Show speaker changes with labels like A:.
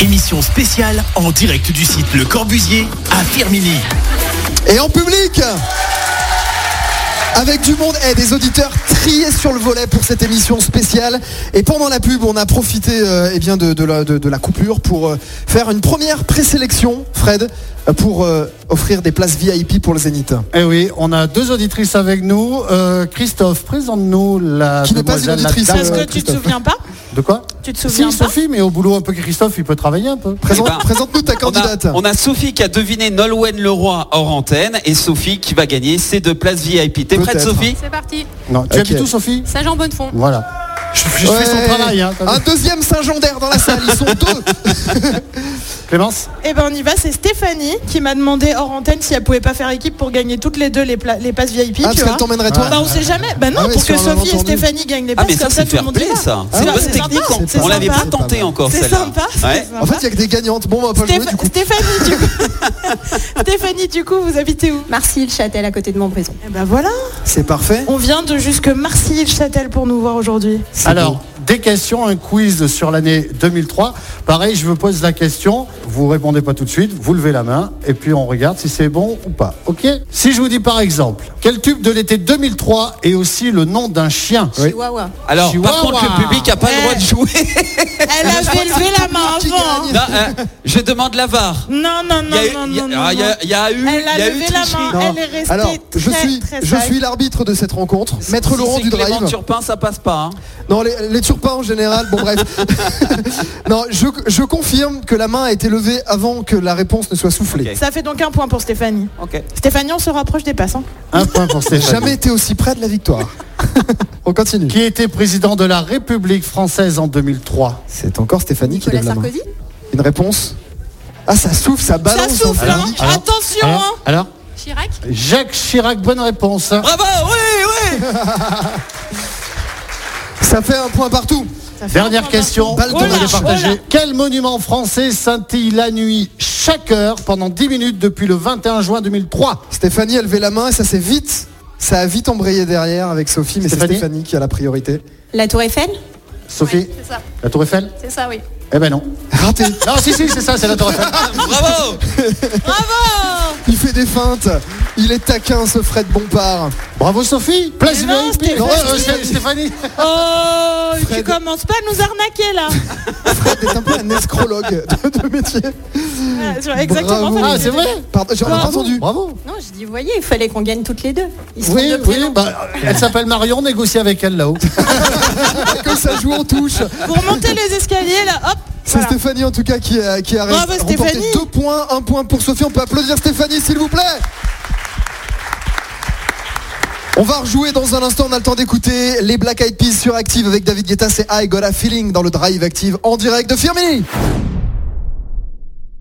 A: Émission spéciale en direct du site Le Corbusier à Firmini.
B: Et en public avec du monde et des auditeurs triés sur le volet pour cette émission spéciale. Et pendant la pub, on a profité euh, eh bien de, de la, de- de la coupure pour euh, faire une première présélection, Fred, euh, pour euh, offrir des places VIP pour le Zénith.
C: Eh oui, on a deux auditrices avec nous. Euh, Christophe, présente-nous la
B: Qui n'est pas une
C: demoiselle, la
B: auditrice,
C: dame,
B: euh,
D: Parce
C: euh,
D: que tu te
C: Christophe.
D: souviens pas
C: De quoi
D: Tu te
C: Si,
D: souviens pas
C: Sophie, mais au boulot un peu Christophe, il peut travailler un peu.
B: Présente,
E: Eh ben,
B: nous ta
E: On a,
B: candidate.
E: on a Sophie qui a deviné Nolwenn Leroy hors antenne et Sophie qui va gagner ses deux places VIP. T'es prête
B: Peut-être.
D: Eh
E: Sophie
F: C'est parti.
C: Non, tu
B: Ok.
C: habites où, Sophie
F: Saint-Jean Bonnefond.
C: Voilà. Je, je
B: Ouais.
C: fais son travail, hein. t'as
B: Un
C: vu.
B: deuxième Saint-Gendaire dans la salle, ils sont deux. Ah,
C: Clémence
D: Eh ben on y va, c'est Stéphanie qui m'a demandé hors antenne si elle pouvait pas faire équipe pour gagner toutes les deux les, pla- les passes VIP.
B: Ah,
D: tu
B: parce
D: vois.
B: qu'elle t'emmènerait toi.
D: Bah, on sait jamais. Bah non,
B: Ah ouais,
D: pour
B: sur
D: que
B: un
D: Sophie et
B: malentendu.
D: Stéphanie gagnent les
E: Ah
D: passes
E: mais ça
D: ben, comme ça,
E: c'est
D: tout le
E: fair
D: monde
E: play
D: est là.
E: ça.
D: Ah
E: C'est
D: ouais,
E: bonne
D: c'est
E: technique.
D: sympa,
E: on-
B: c'est
E: On l'avait
D: sympa.
E: pas tenté encore
D: C'est
E: celle-là.
D: sympa. c'est
E: Ouais.
D: sympa.
B: En fait, il y a que des gagnantes. Bon, on va pas le
D: Stéph-
B: jouer du coup.
D: Stéphanie, du coup. Stéphanie, du coup, vous habitez où
G: Marcy, le Châtel, à côté de Montbrison.
D: Eh ben voilà.
B: C'est parfait.
D: On vient de jusque Marcilly-le-Châtel pour nous voir aujourd'hui.
C: Alors, des questions, un quiz sur l'année 2003. Pareil, je vous pose la question, vous répondez pas tout de suite, vous levez la main et puis on regarde si c'est bon ou pas. OK Si je vous dis par exemple, quel tube de l'été 2003 et aussi le nom d'un chien
G: Chihuahua.
E: Alors
C: Chihuahua.
E: par contre le public a pas le droit de jouer.
D: Elle avait levé la main
B: Qui
D: avant. hein.
B: gagne
E: Non, euh, je demande la VAR.
D: Non, non,
E: Il y a eu-
D: non, non,
E: il y a-
D: non, non.
E: ah, il y a- il y a eu
D: Elle a
E: il y a eu
D: levé la
E: tricherie.
D: main. Elle est restée
B: Alors, je
D: très,
B: suis,
D: très
B: je
D: sage.
B: suis l'arbitre de cette rencontre. Maître
E: Si
B: Laurent
E: c'est
B: du
E: Clément
B: Drive.
E: Turpin ça passe pas. hein.
B: Non, les, les Turpins en général, bon bref. non, je, je confirme que la main a été levée avant que la réponse ne soit soufflée.
E: Ok.
D: Ça fait donc un point pour Stéphanie.
E: Ok.
D: Stéphanie, on se rapproche des passants.
C: Un point pour
B: J'ai
C: Stéphanie.
B: Jamais été aussi près de la victoire. On continue.
C: Qui était président de la République française en 2003
B: C'est encore Stéphanie qui
G: Nicolas
B: lève la main.
G: Sarkozy
B: Une réponse Ah, ça souffle, ça
D: Ça
B: balance.
D: souffle,
B: hein.
D: hein.
C: alors,
D: Attention,
C: alors,
D: hein.
C: alors,
F: Chirac.
C: Jacques Chirac, bonne réponse.
E: Bravo oui oui.
B: Ça fait un point partout.
D: Ça fait un
C: Dernière
D: point
C: question,
G: hein.
B: Balle
C: on
D: tournée.
C: va les
D: Oh là,
C: partager.
D: oh là.
C: Quel monument français scintille la nuit chaque heure pendant 10 minutes depuis le 21 juin 2003
B: Stéphanie a levé la main et ça s'est vite. Ça a vite embrayé derrière avec Sophie, mais c'est
C: Stéphanie
B: Stéphanie qui a la priorité.
G: La Tour Eiffel
C: Sophie
F: Ouais, c'est ça.
C: La Tour Eiffel
F: C'est ça, oui.
C: Eh ben non.
B: Raté.
C: Non, si, si, c'est ça, c'est la Tour Eiffel.
D: Ah,
E: Bravo.
D: Bravo
B: Il fait des feintes. Il est taquin, ce Fred Bompard.
C: Bravo Sophie Place
D: Mais non,
C: VIP
D: Stéphanie.
C: Euh, Sté- Stéphanie
D: Oh, tu
B: Fred.
D: commences pas à nous arnaquer là.
B: Fred est un peu un escrologue de, de métier.
D: Voilà, sur- Exactement.
B: Bravo.
D: fallait
C: Ah, c'est
D: que-
C: vrai
B: Pardon, j'ai pas entendu.
C: Bravo
G: Non, je dis, vous voyez, il fallait qu'on gagne toutes les deux. Ils sont
C: Oui,
G: de
C: oui,
G: prénom.
C: bah, elle s'appelle Marion, négocie avec elle là-haut.
B: que ça joue en touche.
D: Vous remontez les escaliers là, hop.
B: C'est
D: Voilà.
B: Stéphanie en tout cas qui a, qui a
D: Bravo,
B: ré- remporté
D: Stéphanie.
B: deux points, un point pour Sophie. On peut applaudir Stéphanie s'il vous plaît. On va rejouer dans un instant, on a le temps d'écouter les Black Eyed Peas sur Active avec David Guetta, c'est I Got a Feeling dans le Drive Active en direct de Firmini.